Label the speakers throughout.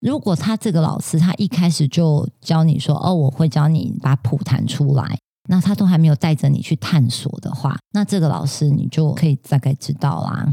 Speaker 1: 如果他这个老师他一开始就教你说哦，我会教你把谱弹出来，那他都还没有带着你去探索的话，那这个老师你就可以大概知道啦。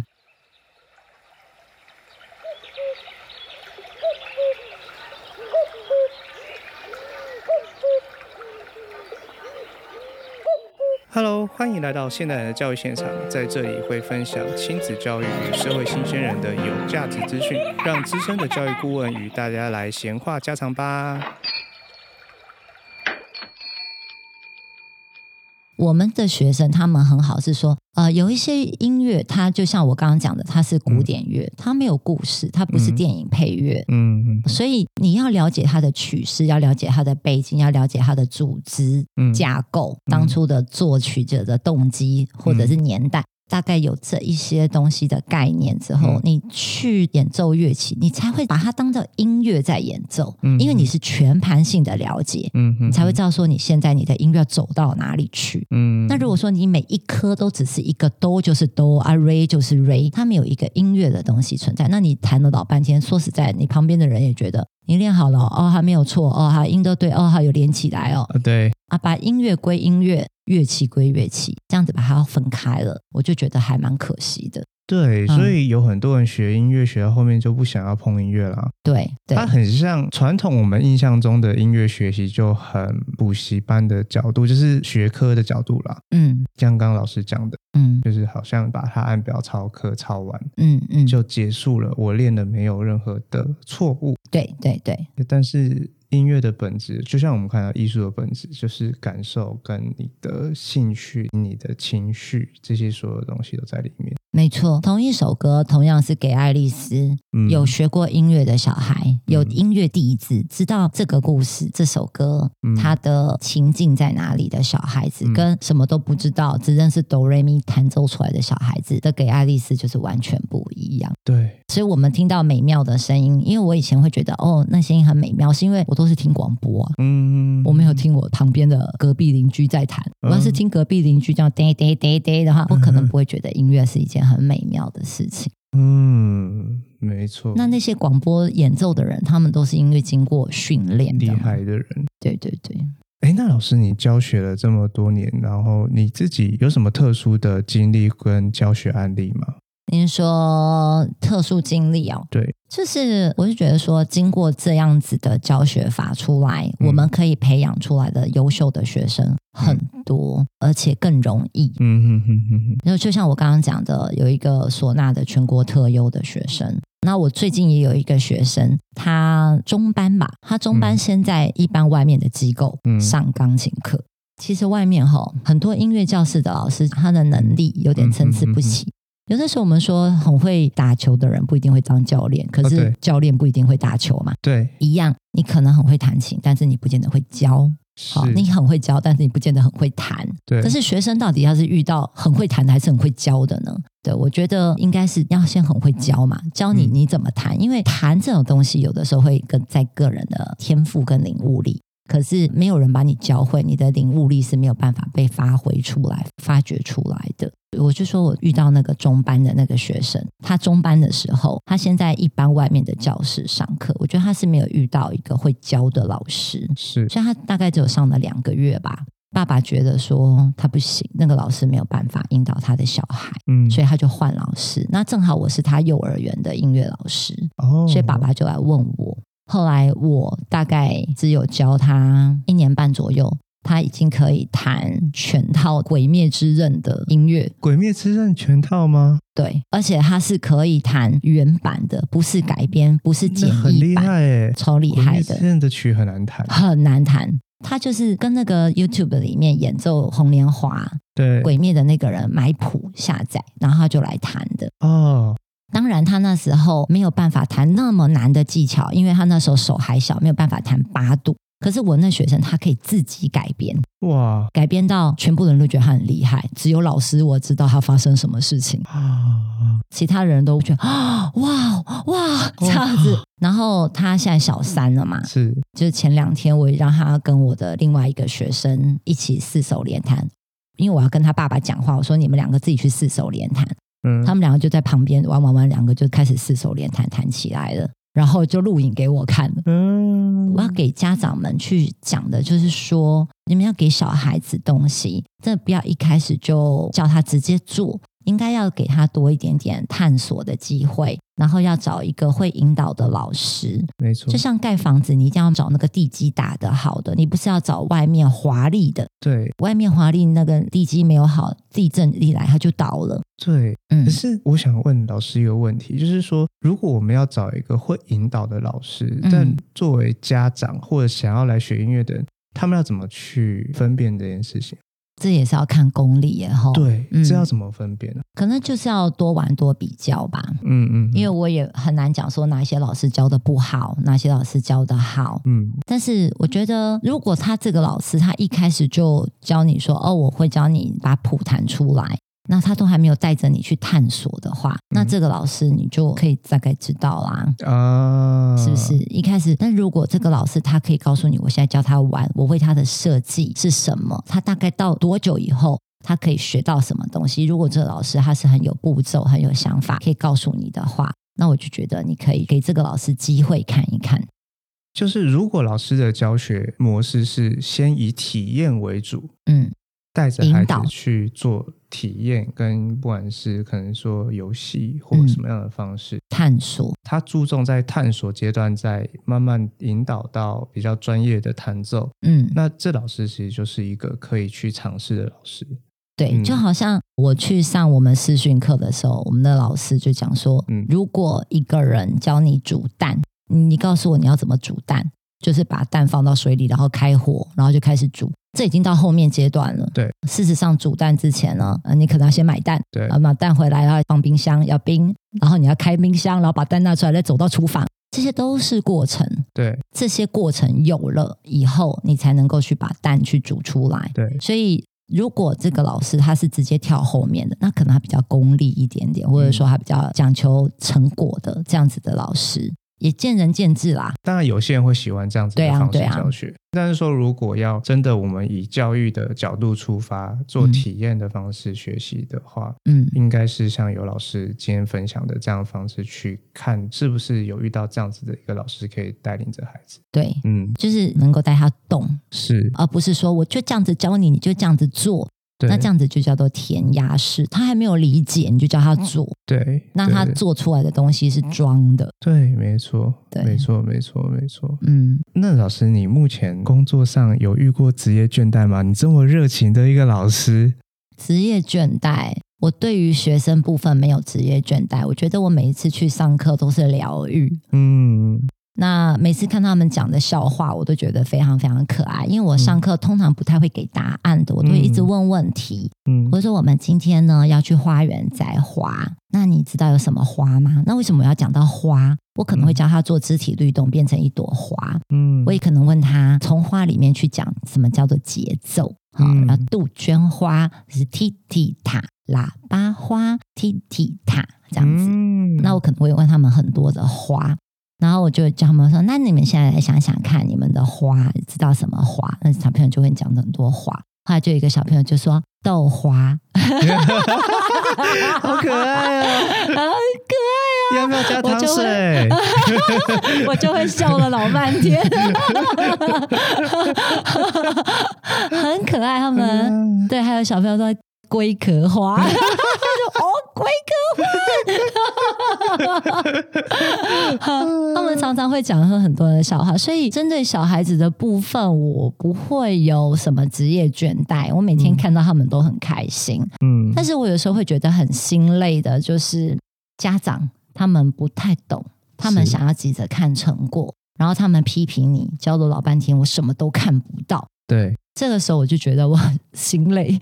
Speaker 2: Hello，欢迎来到现代人的教育现场，在这里会分享亲子教育与社会新鲜人的有价值资讯，让资深的教育顾问与大家来闲话家常吧。
Speaker 1: 我们的学生他们很好，是说呃，有一些音乐，它就像我刚刚讲的，它是古典乐，它没有故事，它不是
Speaker 2: 嗯
Speaker 1: 电影配乐，
Speaker 2: 嗯
Speaker 1: 所以你要了解它的曲式，要了解它的背景，要了解它的组织
Speaker 2: 嗯
Speaker 1: 架构，
Speaker 2: 嗯
Speaker 1: 当初的作曲者的动机或者是年代，大概有这一些东西的概念之后，
Speaker 2: 嗯
Speaker 1: 你去演奏乐器，你才会把它当做音乐在演奏，
Speaker 2: 嗯
Speaker 1: 因为你是全盘性的了解，
Speaker 2: 嗯
Speaker 1: 你才会知道说你现在你的音乐走到哪里去。
Speaker 2: 嗯
Speaker 1: 那如果说你每一颗都只是一个哆就是哆啊，re 就是 re，它没有一个音乐的东西存在，那你弹了老半天，说实在，你旁边的人也觉得你练好了哦，还没有错哦，还音都对哦，还有连起来哦
Speaker 2: 啊对，
Speaker 1: 啊，把音乐归音乐，乐器归乐器，这样子把它分开了，我就觉得还蛮可惜的。
Speaker 2: 对，
Speaker 1: 嗯
Speaker 2: 所以有很多人学音乐学到后面就不想要碰音乐了。
Speaker 1: 对对
Speaker 2: 它很像传统我们印象中的音乐学习，就很补习班的角度，就是学科的角度啦。
Speaker 1: 嗯
Speaker 2: 像刚刚老师讲的，
Speaker 1: 嗯
Speaker 2: 就是好像把它按表操课抄完
Speaker 1: 嗯嗯，
Speaker 2: 就结束了，我练的没有任何的错误。
Speaker 1: 对对对，
Speaker 2: 但是音乐的本质，就像我们看到艺术的本质，就是感受跟你的兴趣、你的情绪这些所有东西都在里面。
Speaker 1: 没错。同一首歌同样是给爱丽丝，
Speaker 2: 嗯
Speaker 1: 有学过音乐的小孩，有音乐底子，知道这个故事、这首歌
Speaker 2: 嗯
Speaker 1: 它的情境在哪里的小孩子，
Speaker 2: 嗯
Speaker 1: 跟什么都不知道，只认识哆瑞咪弹奏出来的小孩子，这给爱丽丝就是完全不一样。
Speaker 2: 对，
Speaker 1: 所以我们听到美妙的声音，因为我以前会觉得哦，那声音很美妙，是因为我都是听广播啊。
Speaker 2: 嗯，
Speaker 1: 我没有听我旁边的隔壁邻居在弹，我
Speaker 2: 嗯
Speaker 1: 要是听隔壁邻居这样嘚嘚嘚嘚的话，我可能不会觉得音乐是一件很美妙的事情。
Speaker 2: 嗯，没错，
Speaker 1: 那那些广播演奏的人，他们都是因为经过训练的
Speaker 2: 厉
Speaker 1: 嘛，
Speaker 2: 害的人。
Speaker 1: 对对对。
Speaker 2: 哎，那老师，你教学了这么多年，然后你自己有什么特殊的经历跟教学案例吗？
Speaker 1: 您说特殊经历哦，
Speaker 2: 对，
Speaker 1: 就是我是觉得说，经过这样子的教学法出来，
Speaker 2: 嗯
Speaker 1: 我们可以培养出来的优秀的学生很多，而且更容易。
Speaker 2: 嗯哼哼哼哼，
Speaker 1: 然后就像我刚刚讲的，有一个唢呐的全国特优的学生。那我最近也有一个学生，他中班吧，他中班
Speaker 2: 嗯
Speaker 1: 先在一般外面的机构
Speaker 2: 嗯
Speaker 1: 上钢琴课。其实外面吼很多音乐教室的老师，他的能力有
Speaker 2: 嗯
Speaker 1: 点参差不齐。有的时候我们说很会打球的人不一定会当教练，可
Speaker 2: 哦
Speaker 1: 是
Speaker 2: 对
Speaker 1: 教练不一定会打球嘛。
Speaker 2: 对，
Speaker 1: 一样，你可能很会弹琴，但是你不见得会教。
Speaker 2: 是
Speaker 1: 好，，你很会教，但是你不见得很会弹。
Speaker 2: 对，
Speaker 1: 可是学生到底要是遇到很会弹的还是很会教的呢？对，我觉得应该是要先很会教嘛，教你
Speaker 2: 嗯
Speaker 1: 你怎么弹，因为弹这种东西有的时候会跟在个人的天赋跟领悟力，可是没有人把你教会，你的领悟力是没有办法被发挥出来、发掘出来的。我就说我遇到那个中班的那个学生，他中班的时候，他先在一般外面的教室上课，我觉得他是没有遇到一个会教的老师，
Speaker 2: 是，
Speaker 1: 所以他大概只有上了两个月吧。爸爸觉得说他不行，那个老师没有办法引导他的小孩，
Speaker 2: 嗯，
Speaker 1: 所以他就换老师。那正好我是他幼儿园的音乐老师，
Speaker 2: 哦，
Speaker 1: 所以爸爸就来问我。后来我大概只有教他一年半左右，他已经可以弹全套《鬼灭之刃》的音乐，
Speaker 2: 《鬼灭之刃》全套吗？
Speaker 1: 对，而且他是可以弹原版的，不是改编，不是
Speaker 2: 那
Speaker 1: 简
Speaker 2: 很
Speaker 1: 易
Speaker 2: 厉
Speaker 1: 版，
Speaker 2: 害哎，
Speaker 1: 超厉
Speaker 2: 鬼
Speaker 1: 害
Speaker 2: 灭
Speaker 1: 的
Speaker 2: 之。刃》的曲很难弹，
Speaker 1: 很难弹。他就是跟那个 YouTube 里面演奏《红莲华》
Speaker 2: 对
Speaker 1: 《鬼灭》的那个人买谱下载，然后他就来弹的。
Speaker 2: 哦，
Speaker 1: 当然，他那时候没有办法弹那么难的技巧，因为他那时候手还小，没有办法弹八度。可是我那学生他可以自己改编，
Speaker 2: 哇
Speaker 1: 改编到全部人都觉得他很厉害，只有老师我知道他发生什么事情。
Speaker 2: 啊，
Speaker 1: 其他人都觉得 啊，哇哇这样子。然后他现在小三了嘛，
Speaker 2: 是，
Speaker 1: 就是前两天我也让他跟我的另外一个学生一起四手联弹，因为我要跟他爸爸讲话，我说你们两个自己去四手联弹，
Speaker 2: 嗯，
Speaker 1: 他们两个就在旁边玩玩玩，两个就开始四手联弹弹起来了。然后就录影给我看了。
Speaker 2: 嗯，
Speaker 1: 我要给家长们去讲的，就是说，你们要给小孩子东西，真的不要一开始就叫他直接做，应该要给他多一点点探索的机会，然后要找一个会引导的老师。
Speaker 2: 没错
Speaker 1: 就，像盖房子，你一定要找那个地基打得好的，你不是要找外面华丽的，
Speaker 2: 对
Speaker 1: 外面华丽那个地基没有好，地震一来它就倒了。
Speaker 2: 对。
Speaker 1: 嗯
Speaker 2: 可，是我想问老师一个问题，就是说，如果我们要找一个会引导的老师，
Speaker 1: 嗯
Speaker 2: 但作为家长或者想要来学音乐的人，他们要怎么去分辨这件事情？
Speaker 1: 这也是要看功力耶吼。，
Speaker 2: 对，
Speaker 1: 嗯
Speaker 2: 这要怎么分辨呢？
Speaker 1: 可能就是要多玩多比较吧。
Speaker 2: 嗯嗯，
Speaker 1: 因为
Speaker 2: 为
Speaker 1: 我也很难讲说哪一些老师教的不好，哪些老师教的好。
Speaker 2: 嗯
Speaker 1: 但是我觉得，如果他这个老师他一开始就教你说，哦，我会教你把谱弹出来，那他都还没有带着你去探索的话，那
Speaker 2: 嗯
Speaker 1: 这个老师你就可以大概知道啦。
Speaker 2: 啊，
Speaker 1: 是不是？一开始？但如果这个老师他可以告诉你，我现在教他玩，我为他的设计是什么，他大概到多久以后他可以学到什么东西？如果这个老师他是很有步骤、很有想法，可以告诉你的话，那我就觉得你可以给这个老师机会看一看。
Speaker 2: 就是如果老师的教学模式是先以体验为主，
Speaker 1: 嗯，
Speaker 2: 带着孩
Speaker 1: 引
Speaker 2: 子
Speaker 1: 导
Speaker 2: 去做体验，跟不管是可能说游戏或
Speaker 1: 嗯
Speaker 2: 什么样的方式，
Speaker 1: 探索。
Speaker 2: 他注重在探索阶段，在慢慢引导到比较专业的弹奏。
Speaker 1: 嗯，
Speaker 2: 那这老师其实就是一个可以去尝试的老师。
Speaker 1: 对，
Speaker 2: 嗯
Speaker 1: 就好像我去上我们视讯课的时候，我们的老师就讲说，
Speaker 2: 嗯
Speaker 1: 如果一个人教你煮蛋，你你告诉我你要怎么煮蛋，就是把蛋放到水里，然后开火，然后就开始煮。这已经到后面阶段了。
Speaker 2: 对，
Speaker 1: 事实上煮蛋之前呢，呃、你可能要先买蛋，
Speaker 2: 对，
Speaker 1: 啊，买蛋回来要放冰箱，要冰，然后你要开冰箱，然后把蛋拿出来，再走到厨房，这些都是过程。
Speaker 2: 对，
Speaker 1: 这些过程有了以后，你才能够去把蛋去煮出来。
Speaker 2: 对，
Speaker 1: 所以如果这个老师他是直接跳后面的，那可能他比较功利一点点，或者
Speaker 2: 嗯
Speaker 1: 说他比较讲求成果的这样子的老师，也见仁见智啦。
Speaker 2: 当然有些人会喜欢这样子的
Speaker 1: 对啊
Speaker 2: 方式
Speaker 1: 对啊
Speaker 2: 教学，但是说如果要真的我们以教育的角度出发，做
Speaker 1: 嗯
Speaker 2: 体验的方式学习的话，
Speaker 1: 嗯，
Speaker 2: 应该是像有老师今天分享的这样的方式去看，是不是有遇到这样子的一个老师可以带领着孩子。
Speaker 1: 对，
Speaker 2: 嗯，
Speaker 1: 就是能够带他动，
Speaker 2: 是，
Speaker 1: 而不是说我就这样子教你，你就这样子做，
Speaker 2: 对，
Speaker 1: 那这样子就叫做填鸭式。他还没有理解，你就叫他做，
Speaker 2: 对，
Speaker 1: 那他
Speaker 2: 对
Speaker 1: 做出来的东西是装的。
Speaker 2: 对，没错，
Speaker 1: 对
Speaker 2: 没错，没错，没错。
Speaker 1: 嗯，
Speaker 2: 那老师，你目前工作上有遇过职业倦怠吗？你这么热情的一个老师，
Speaker 1: 职业倦怠，我对于学生部分没有职业倦怠，我觉得我每一次去上课都是疗愈。
Speaker 2: 嗯，
Speaker 1: 那每次看他们讲的笑话，我都觉得非常非常可爱，因为我上课通常不太会给答案的，我都会一直问问题。
Speaker 2: 嗯
Speaker 1: 我说我们今天呢要去花园摘花，那你知道有什么花吗？那为什么我要讲到花？我可能会教他做肢体律动，变成一朵花。
Speaker 2: 嗯，
Speaker 1: 我也可能问他从花里面去讲什么叫做节奏，好、
Speaker 2: 嗯
Speaker 1: 然后杜鹃花是踢踢踏，喇叭花踢踢踏这样子。
Speaker 2: 嗯
Speaker 1: 那我可能会问他们很多的花，然后我就叫他们说：“那你们现在来想想看，你们的花知道什么花？”那小朋友就会讲很多花。后来就有一个小朋友就说：“豆花。
Speaker 2: 好可 爱啊，
Speaker 1: 然后
Speaker 2: 要不要加
Speaker 1: 哦我
Speaker 2: 糖
Speaker 1: 就会
Speaker 2: 水？
Speaker 1: 我就会笑了老半天，很可爱。他们
Speaker 2: 嗯
Speaker 1: 对，还有小朋友说龟壳花，就哦龟壳花，他们常常会讲很多的笑话，所以针对小孩子的部分，我不会有什么职业倦怠，我每天看到他们都很开心。
Speaker 2: 嗯，
Speaker 1: 但是我有时候会觉得很心累的，就是家长他们不太懂，他们
Speaker 2: 是
Speaker 1: 想要急着看成果，然后他们批评你，教了老半天，我什么都看不到。
Speaker 2: 对，
Speaker 1: 这个时候我就觉得我很心累，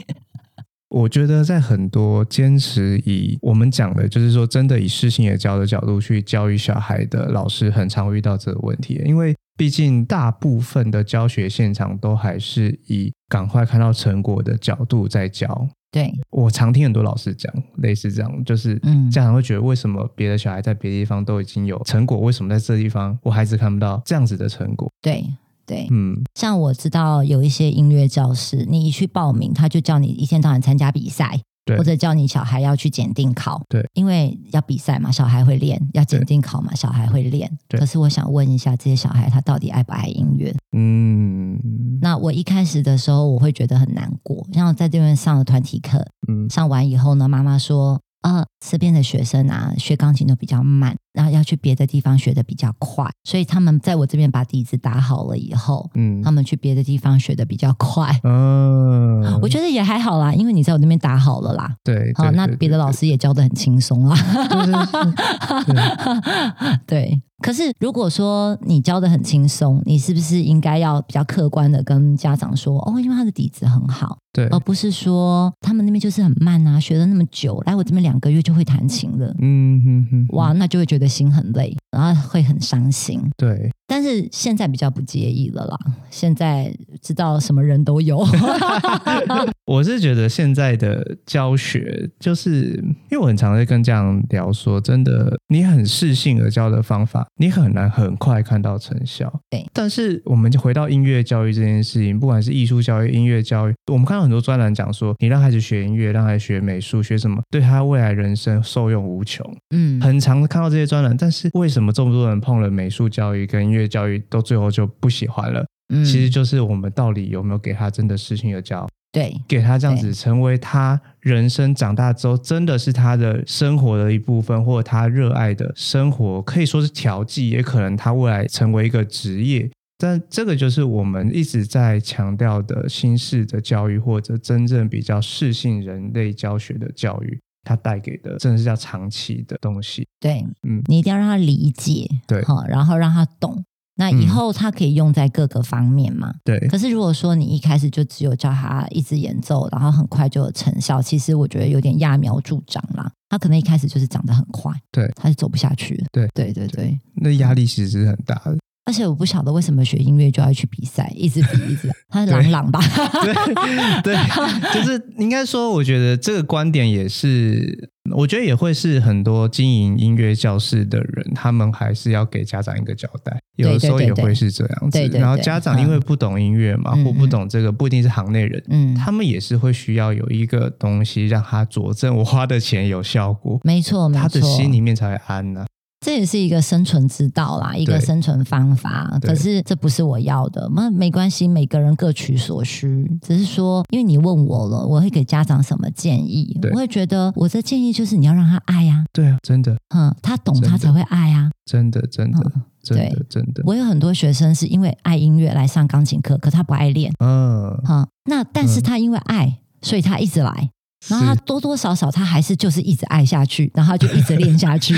Speaker 2: 我觉得在很多坚持以我们讲的，就是说真的以事情也教的角度去教育小孩的老师，很常遇到这个问题，因为毕竟大部分的教学现场都还是以赶快看到成果的角度在教。
Speaker 1: 对，
Speaker 2: 我常听很多老师讲类似这样，就是
Speaker 1: 嗯
Speaker 2: 家长会觉得为什么别的小孩在别的地方都已经有成果，为什么在这地方我孩子看不到这样子的成果？
Speaker 1: 对。对，
Speaker 2: 嗯，
Speaker 1: 像我知道有一些音乐教室，你一去报名，他就叫你一天到晚参加比赛，
Speaker 2: 对
Speaker 1: 或者教你小孩要去检定考，
Speaker 2: 对，
Speaker 1: 因为要比赛嘛，小孩会练，要检定考嘛，小孩会练。
Speaker 2: 对
Speaker 1: 可是我想问一下，这些小孩他到底爱不爱音乐？
Speaker 2: 嗯
Speaker 1: 那我一开始的时候，我会觉得很难过，像我在这边上了团体课，
Speaker 2: 嗯
Speaker 1: 上完以后呢，妈妈说，呃，这边的学生啊，学钢琴都比较慢，然后要去别的地方学的比较快，所以他们在我这边把底子打好了以后，
Speaker 2: 嗯
Speaker 1: 他们去别的地方学的比较快。
Speaker 2: 嗯，
Speaker 1: 我
Speaker 2: 觉
Speaker 1: 觉得也还好啦，因为你在我那边打好了啦，
Speaker 2: 对，
Speaker 1: 好，
Speaker 2: 对
Speaker 1: 那
Speaker 2: 对
Speaker 1: 别的老师也教的很轻松啦。
Speaker 2: 对对对对
Speaker 1: 对，可是如果说你教的很轻松，你是不是应该要比较客观的跟家长说哦，因为他的底子很好，
Speaker 2: 对
Speaker 1: 而不是说他们那边就是很慢啊，学了那么久，来我这边两个月就会弹琴了，
Speaker 2: 嗯哼哼，
Speaker 1: 哇，那就会觉得心很累，然后会很伤心。
Speaker 2: 对，
Speaker 1: 但是现在比较不介意了啦，现在知道什么人都 有。
Speaker 2: 我是觉得现在的教学，就是因为我很常在跟家长聊说，真的，你很适性而教的方法，你很难很快看到成效。
Speaker 1: 对，
Speaker 2: 但是我们就回到音乐教育这件事情，不管是艺术教育、音乐教育，我们看到很多专栏讲说，你让孩子学音乐，让孩子学美术，学什么，对他未来人生受用无穷。
Speaker 1: 嗯，
Speaker 2: 很常看到这些专栏，但是为什么这么多人碰了美术教育跟音乐教育，都最后就不喜欢了？
Speaker 1: 嗯
Speaker 2: 其实就是我们到底有没有给他真的适性的教？
Speaker 1: 对，
Speaker 2: 给他这样子成为他人生长大之后真的是他的生活的一部分，或者他热爱的生活，可以说是调剂，也可能他未来成为一个职业。但这个就是我们一直在强调的新式的教育，或者真正比较适性人类教学的教育，它带给的真的是叫长期的东西。
Speaker 1: 对，
Speaker 2: 嗯
Speaker 1: 你一定要让他理解，
Speaker 2: 对嗯
Speaker 1: 好，然后让他懂。那以后他可以用在各个方面嘛？
Speaker 2: 对，
Speaker 1: 可是如果说你一开始就只有叫他一直演奏，然后很快就有成效，其实我觉得有点揠苗助长啦。他可能一开始就是长得很快，
Speaker 2: 对
Speaker 1: 他就走不下去了。
Speaker 2: 对
Speaker 1: 对对对，
Speaker 2: 那压力其实是很大的。
Speaker 1: 而且我不晓得为什么学音乐就要去比赛，一直比一直 比，他是朗朗吧？
Speaker 2: 对对，就是应该说，我觉得这个观点也是，我觉得也会是很多经营音乐教室的人，他们还是要给家长一个交代，有的时候
Speaker 1: 对对
Speaker 2: 也
Speaker 1: 对
Speaker 2: 会是这样子
Speaker 1: 对。对
Speaker 2: 然后
Speaker 1: 对
Speaker 2: 家长因为不懂音乐嘛，
Speaker 1: 嗯
Speaker 2: 或不懂这个，不一定是行内人，
Speaker 1: 嗯，
Speaker 2: 他们也是会需要有一个东西让他佐证我花的钱有效果，
Speaker 1: 没错没
Speaker 2: 他的
Speaker 1: 错，
Speaker 2: 心里面才会安呢。
Speaker 1: 这也是一个生存之道啦，一个生存方法。
Speaker 2: 对
Speaker 1: 可是这不是我要的，那没关系，每个人各取所需。只是说，因为你问我了，我会给家长什么建议
Speaker 2: 对？
Speaker 1: 我会觉得我的建议就是你要让他爱呀、
Speaker 2: 对啊，真的，
Speaker 1: 嗯，他懂
Speaker 2: 真的
Speaker 1: 他才会爱呀、
Speaker 2: 真的，真的，
Speaker 1: 嗯
Speaker 2: 真的
Speaker 1: 对，
Speaker 2: 真的，
Speaker 1: 我有很多学生是因为爱音乐来上钢琴课，可他不爱练，
Speaker 2: 嗯，
Speaker 1: 嗯，那但是
Speaker 2: 嗯
Speaker 1: 他因为爱，所以他一直来。然后他
Speaker 2: 是
Speaker 1: 多多少少他还是就是一直爱下去，然后他就一直练下 去。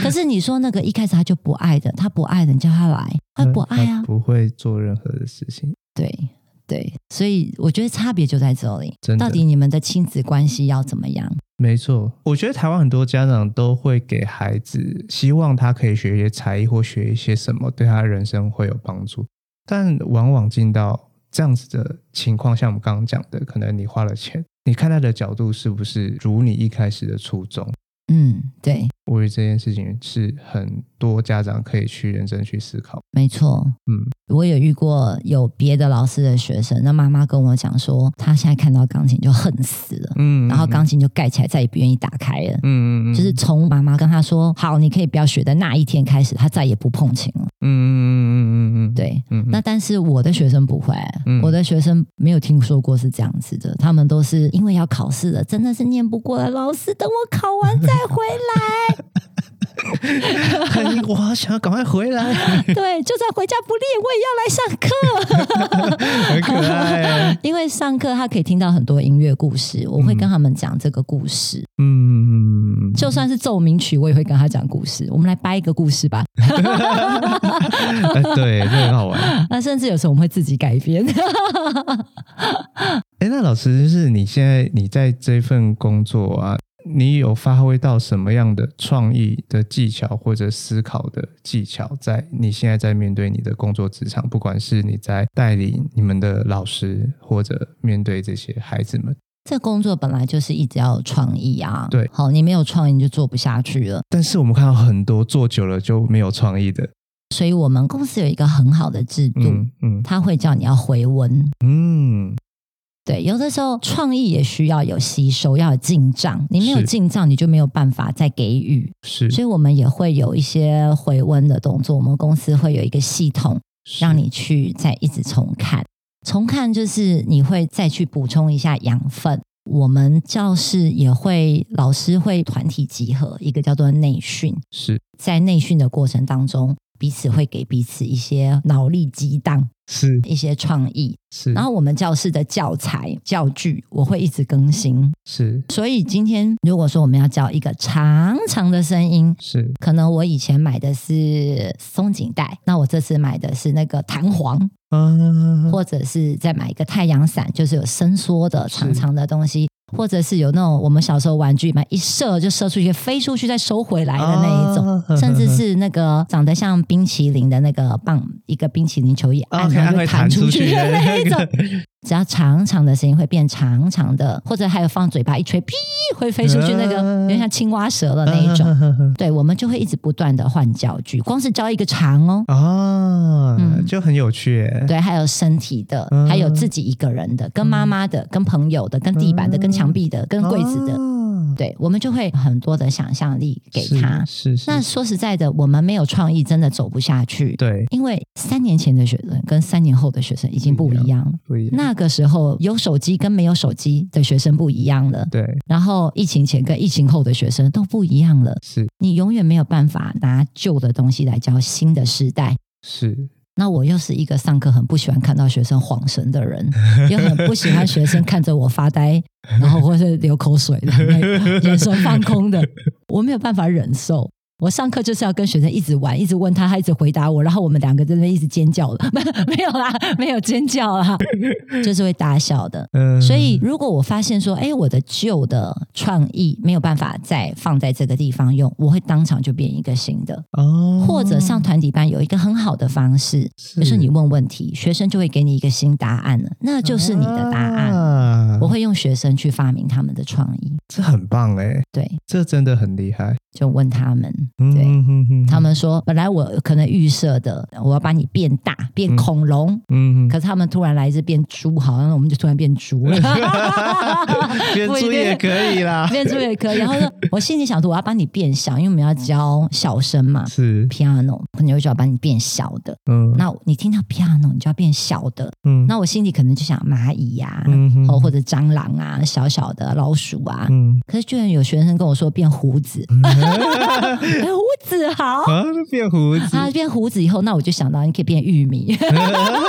Speaker 1: 可是你说那个一开始他就不爱的，他不爱的，你叫他来，他不爱
Speaker 2: 他
Speaker 1: 啊。
Speaker 2: 不会做任何的事情。
Speaker 1: 对对，所以我觉得差别就在这里
Speaker 2: 真。的
Speaker 1: 到底你们的亲子关系要怎么样？
Speaker 2: 没错，我觉得台湾很多家长都会给孩子希望他可以学一些才艺或学一些什么，对他人生会有帮助。但往往进到这样子的情况，像我们刚刚讲的，可能你花了钱，你看待的角度是不是如你一开始的初衷？
Speaker 1: 嗯，对，
Speaker 2: 我觉得这件事情是很多家长可以去认真去思考。
Speaker 1: 没错。
Speaker 2: 嗯，
Speaker 1: 我有遇过有别的老师的学生，那妈妈跟我讲说，他现在看到钢琴就恨死了，
Speaker 2: 嗯
Speaker 1: 然后钢，琴就盖起来，再也不愿意打开了。
Speaker 2: 嗯嗯嗯，
Speaker 1: 就是从妈妈跟他说“好，你可以不要学”的那一天开始，他再也不碰琴了。
Speaker 2: 嗯嗯嗯嗯嗯嗯，，
Speaker 1: 对，
Speaker 2: 嗯，
Speaker 1: 那但是我的学生不会，
Speaker 2: 嗯
Speaker 1: 我的学生没有听说过是这样子的，他们都是因为要考试了，真的是念不过来，老师等我考完再回
Speaker 2: 那我好想要赶快回来，
Speaker 1: 来， 对，就算回家不练，我也要来上课。
Speaker 2: 很可 爱，
Speaker 1: 因为上课他可以听到很多音乐故事，我会跟他们讲这个故事，
Speaker 2: 嗯，
Speaker 1: 就算是奏鸣曲，我也会跟他讲故事。我们来掰一个故事吧，
Speaker 2: 哎对，这很好玩。
Speaker 1: 那甚至有时候我们会自己改编。
Speaker 2: 哎，那老师，就是你现在你在这份工作啊，你有发挥到什么样的创意的技巧或者思考的技巧，在你现在在面对你的工作职场，不管是你在带领你们的老师，或者面对这些孩子们，
Speaker 1: 这工作本来就是一直要有创意啊，
Speaker 2: 对
Speaker 1: 好，你没有创意你就做不下去了。
Speaker 2: 但是我们看到很多做久了就没有创意的，
Speaker 1: 所以我们公司有一个很好的制度，
Speaker 2: 嗯嗯
Speaker 1: 他会叫你要回温，
Speaker 2: 嗯，
Speaker 1: 对，有的时候创意也需要有吸收，要有进账。你没有
Speaker 2: 是
Speaker 1: 进账，你就没有办法再给予。
Speaker 2: 是
Speaker 1: 所以我们也会有一些回温的动作。我们公司会有一个系统，让你去再一直重看。重看就是你会再去补充一下养分。我们教室也会，老师会团体集合，一个叫做内训。
Speaker 2: 是
Speaker 1: 在内训的过程当中，彼此会给彼此一些脑力激荡、
Speaker 2: 是
Speaker 1: 一些创意。
Speaker 2: 是，
Speaker 1: 然后我们教室的教材、教具，我会一直更新。
Speaker 2: 是
Speaker 1: 所以今天如果说我们要教一个长长的声音，
Speaker 2: 是
Speaker 1: 可能我以前买的是松紧带，那我这次买的是那个弹簧，
Speaker 2: 啊，
Speaker 1: 或者是再买一个太阳伞，就是有伸缩的
Speaker 2: 是
Speaker 1: 长长的东西，或者是有那种我们小时候玩具嘛，一射就射出去，飞出去再收回来的那一种。
Speaker 2: 种
Speaker 1: 甚至是那个长得像冰淇淋的那个棒，一个冰淇淋球一按，
Speaker 2: OK，
Speaker 1: 然后
Speaker 2: 安
Speaker 1: 就
Speaker 2: 会
Speaker 1: 弹
Speaker 2: 啊弹
Speaker 1: 出
Speaker 2: 出
Speaker 1: 去
Speaker 2: 去
Speaker 1: 的
Speaker 2: 的
Speaker 1: 那一
Speaker 2: 那
Speaker 1: 种。
Speaker 2: 个，
Speaker 1: 只要长长的声音会变长长的，或者还有放嘴巴一吹，屁会飞出去那个，
Speaker 2: 嗯
Speaker 1: 有点像青蛙蛇了那一种。
Speaker 2: 种
Speaker 1: 对，我们就会一直不断的换教具，光是教一个长哦。
Speaker 2: 啊
Speaker 1: 嗯，
Speaker 2: 就很有趣耶，
Speaker 1: 对，还有身体的，
Speaker 2: 嗯
Speaker 1: 还有自己一个人的，跟妈妈的，跟朋友的，跟地板的，
Speaker 2: 嗯
Speaker 1: 跟墙壁的，跟柜子的，
Speaker 2: 啊
Speaker 1: 对，我们就会很多的想象力给
Speaker 2: 是
Speaker 1: 他。
Speaker 2: 是是，
Speaker 1: 那说实在的，我们没有创意，真的走不下去。
Speaker 2: 对
Speaker 1: 因为三年前的学生跟三年后的学生已经不一
Speaker 2: 不一
Speaker 1: 样了。
Speaker 2: 不一样，
Speaker 1: 那个时候有手机跟没有手机的学生不一样了，
Speaker 2: 对
Speaker 1: 然后疫情前跟疫情后的学生都不一样了。
Speaker 2: 是
Speaker 1: 你永远没有办法拿旧的东西来教新的时代。
Speaker 2: 是
Speaker 1: 那我又是一个上课很不喜欢看到学生晃神的人，又很不喜欢学生看着我发呆，然后或是流口水的，那眼神放空的，我没有办法忍受。我上课就是要跟学生一直玩，一直问他，他一直回答我，然后我们两个在那边一直尖叫了， 没没有啦，没有尖叫啦，就是会打小的。
Speaker 2: 嗯，
Speaker 1: 所以，如果我发现说，哎，我的旧的创意没有办法再放在这个地方用，我会当场就变一个新的。
Speaker 2: 哦，
Speaker 1: 或者上团体班有一个很好的方式，
Speaker 2: 是，
Speaker 1: 就是你问问题，学生就会给你一个新答案了，那就是你的答案。
Speaker 2: 啊
Speaker 1: 我会用学生去发明他们的创意，
Speaker 2: 这很棒哎，
Speaker 1: 对，
Speaker 2: 这真的很厉害，
Speaker 1: 就问他们，
Speaker 2: 嗯
Speaker 1: 对。
Speaker 2: 哼哼哼
Speaker 1: 他们说，本来我可能预设的，我要把你变大，变恐龙，
Speaker 2: 嗯
Speaker 1: 可是他们突然来一只变猪，好像我们就突然变猪 了，
Speaker 2: 变
Speaker 1: 不一定
Speaker 2: 猪也可以啦，
Speaker 1: 变猪也可以。然后说，我心里想说，我要把你变小，因为我们要教小声嘛
Speaker 2: 是
Speaker 1: ，piano，可能就要把你变小的。
Speaker 2: 嗯
Speaker 1: 那你听到 piano，你就要变小的，
Speaker 2: 嗯
Speaker 1: 那我心里可能就想蚂蚁呀、
Speaker 2: 嗯哼
Speaker 1: 哦、或者蟑螂啊，小小的老鼠啊。
Speaker 2: 嗯
Speaker 1: 可是居然有学生跟我说变胡子， 哎胡子好。
Speaker 2: 啊变胡子，
Speaker 1: 他变胡子以后，那我就想到你可以变玉米，
Speaker 2: 那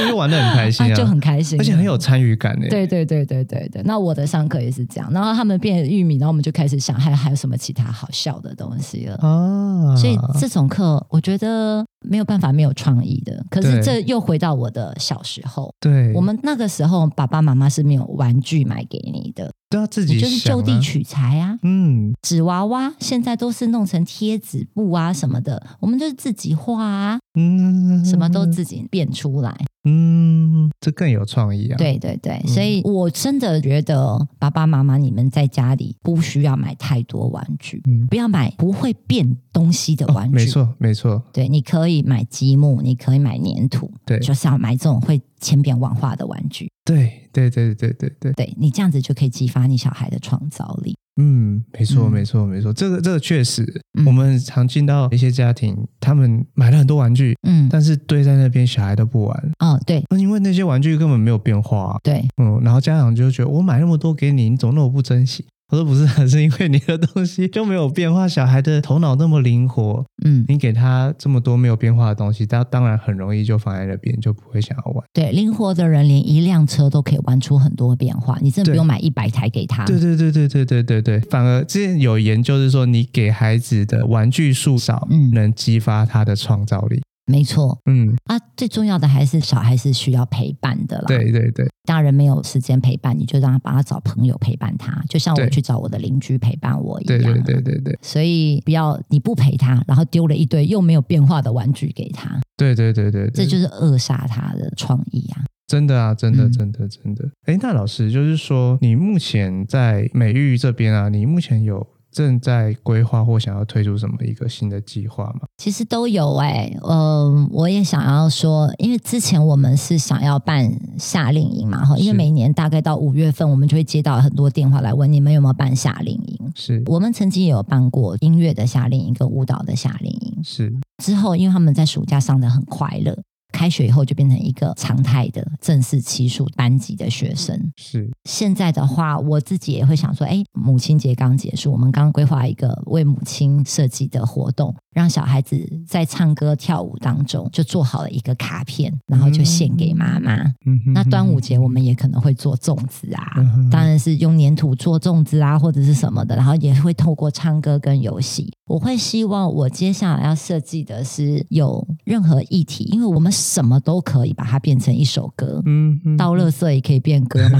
Speaker 2: 我就玩的很开心
Speaker 1: 啊
Speaker 2: 啊，
Speaker 1: 就很开心，
Speaker 2: 而且很有参与感哎，
Speaker 1: 对对对对对对，那我的上课也是这样，然后他们变玉米，然后我们就开始想还还有什么其他好笑的东西了。
Speaker 2: 啊，
Speaker 1: 所以这种课我觉得没有办法没有创意的，可是
Speaker 2: 对
Speaker 1: 这又回到我的小时候，
Speaker 2: 对
Speaker 1: 我们那个时候爸爸妈妈是没有玩具买给你的，
Speaker 2: 都要自己
Speaker 1: 你就是
Speaker 2: 想
Speaker 1: 就
Speaker 2: 啊
Speaker 1: 地取材啊。
Speaker 2: 嗯
Speaker 1: 纸娃娃现在都是弄成贴纸布啊什么的，我们就是自己画啊，
Speaker 2: 嗯
Speaker 1: 什么都自己变出来。
Speaker 2: 嗯，这更有创意啊，
Speaker 1: 对对对，所以我真的觉得爸爸妈妈你们在家里不需要买太多玩具，
Speaker 2: 嗯
Speaker 1: 不要买不会变东西的
Speaker 2: 哦
Speaker 1: 玩具。
Speaker 2: 没错没错，
Speaker 1: 对，你可以买积木，你可以买粘土，
Speaker 2: 对
Speaker 1: 就是要买这种会千变万化的玩具。
Speaker 2: 对对对对对对，
Speaker 1: 对你这样子就可以激发你小孩的创造力。
Speaker 2: 嗯，没错
Speaker 1: 嗯
Speaker 2: 没错没错，这个这个确实
Speaker 1: 嗯，
Speaker 2: 我们常进到一些家庭，他们买了很多玩具，
Speaker 1: 嗯，
Speaker 2: 但是堆在那边小孩都不玩，
Speaker 1: 哦，对
Speaker 2: 因为那些玩具根本没有变化啊，
Speaker 1: 对，
Speaker 2: 嗯，然后家长就觉得我买那么多给你，你怎么那么不珍惜？我说不是啊，是因为你的东西就没有变化，小孩的头脑那么灵活，
Speaker 1: 嗯，
Speaker 2: 你给他这么多没有变化的东西，他当然很容易就放在那边，就不会想要玩。
Speaker 1: 对，灵活的人连一辆车都可以玩出很多变化，你真的
Speaker 2: 对
Speaker 1: 不用买一百台给他。
Speaker 2: 对对对对对对对对，反而之前有研究是说，你给孩子的玩具数少，
Speaker 1: 嗯
Speaker 2: 能激发他的创造力。
Speaker 1: 没错
Speaker 2: 嗯，
Speaker 1: 啊，最重要的还是小孩是需要陪伴的啦。，
Speaker 2: 对对对，
Speaker 1: 大人没有时间陪伴，你就让他帮他找朋友陪伴他，就像我
Speaker 2: 对
Speaker 1: 去找我的邻居陪伴我一
Speaker 2: 对
Speaker 1: 样。
Speaker 2: 对对对对
Speaker 1: 所以不要你不陪他，然后丢了一堆又没有变化的玩具给他，
Speaker 2: 对对对对，
Speaker 1: 这就是扼杀他的创意啊。
Speaker 2: 真的啊，真的
Speaker 1: 嗯
Speaker 2: 真的真的。哎，那老师就是说，你目前在美育这边啊，你目前有正在规划或想要推出什么一个新的计划吗？
Speaker 1: 其实都有哎、嗯、我也想要说，因为之前我们是想要办夏令营嘛，哈，因为
Speaker 2: 是
Speaker 1: 每年大概到五月份，我们就会接到很多电话来问你们有没有办夏令营。
Speaker 2: 是
Speaker 1: 我们曾经也有办过音乐的夏令营跟舞蹈的夏令营，
Speaker 2: 是
Speaker 1: 之后因为他们在暑假上的很快乐，开学以后就变成一个常态的正式期数班级的学生。
Speaker 2: 是
Speaker 1: 现在的话，我自己也会想说，哎，母亲节刚结束，我们刚规划一个为母亲设计的活动，让小孩子在唱歌跳舞当中就做好了一个卡片，然后就献给妈妈。
Speaker 2: 嗯哼
Speaker 1: 那端午节我们也可能会做粽子啊，
Speaker 2: 嗯哼
Speaker 1: 当然是用粘土做粽子啊，或者是什么的，然后也会透过唱歌跟游戏。我会希望我接下来要设计的是有任何议题，因为我们什么都可以把它变成一首歌。
Speaker 2: 嗯哼
Speaker 1: 倒垃圾也可以变歌 嘛，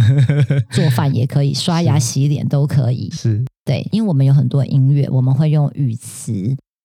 Speaker 1: 做饭也可以，刷牙洗脸都可以。
Speaker 2: 是
Speaker 1: 对，因为我们有很多音乐，我们会用语词，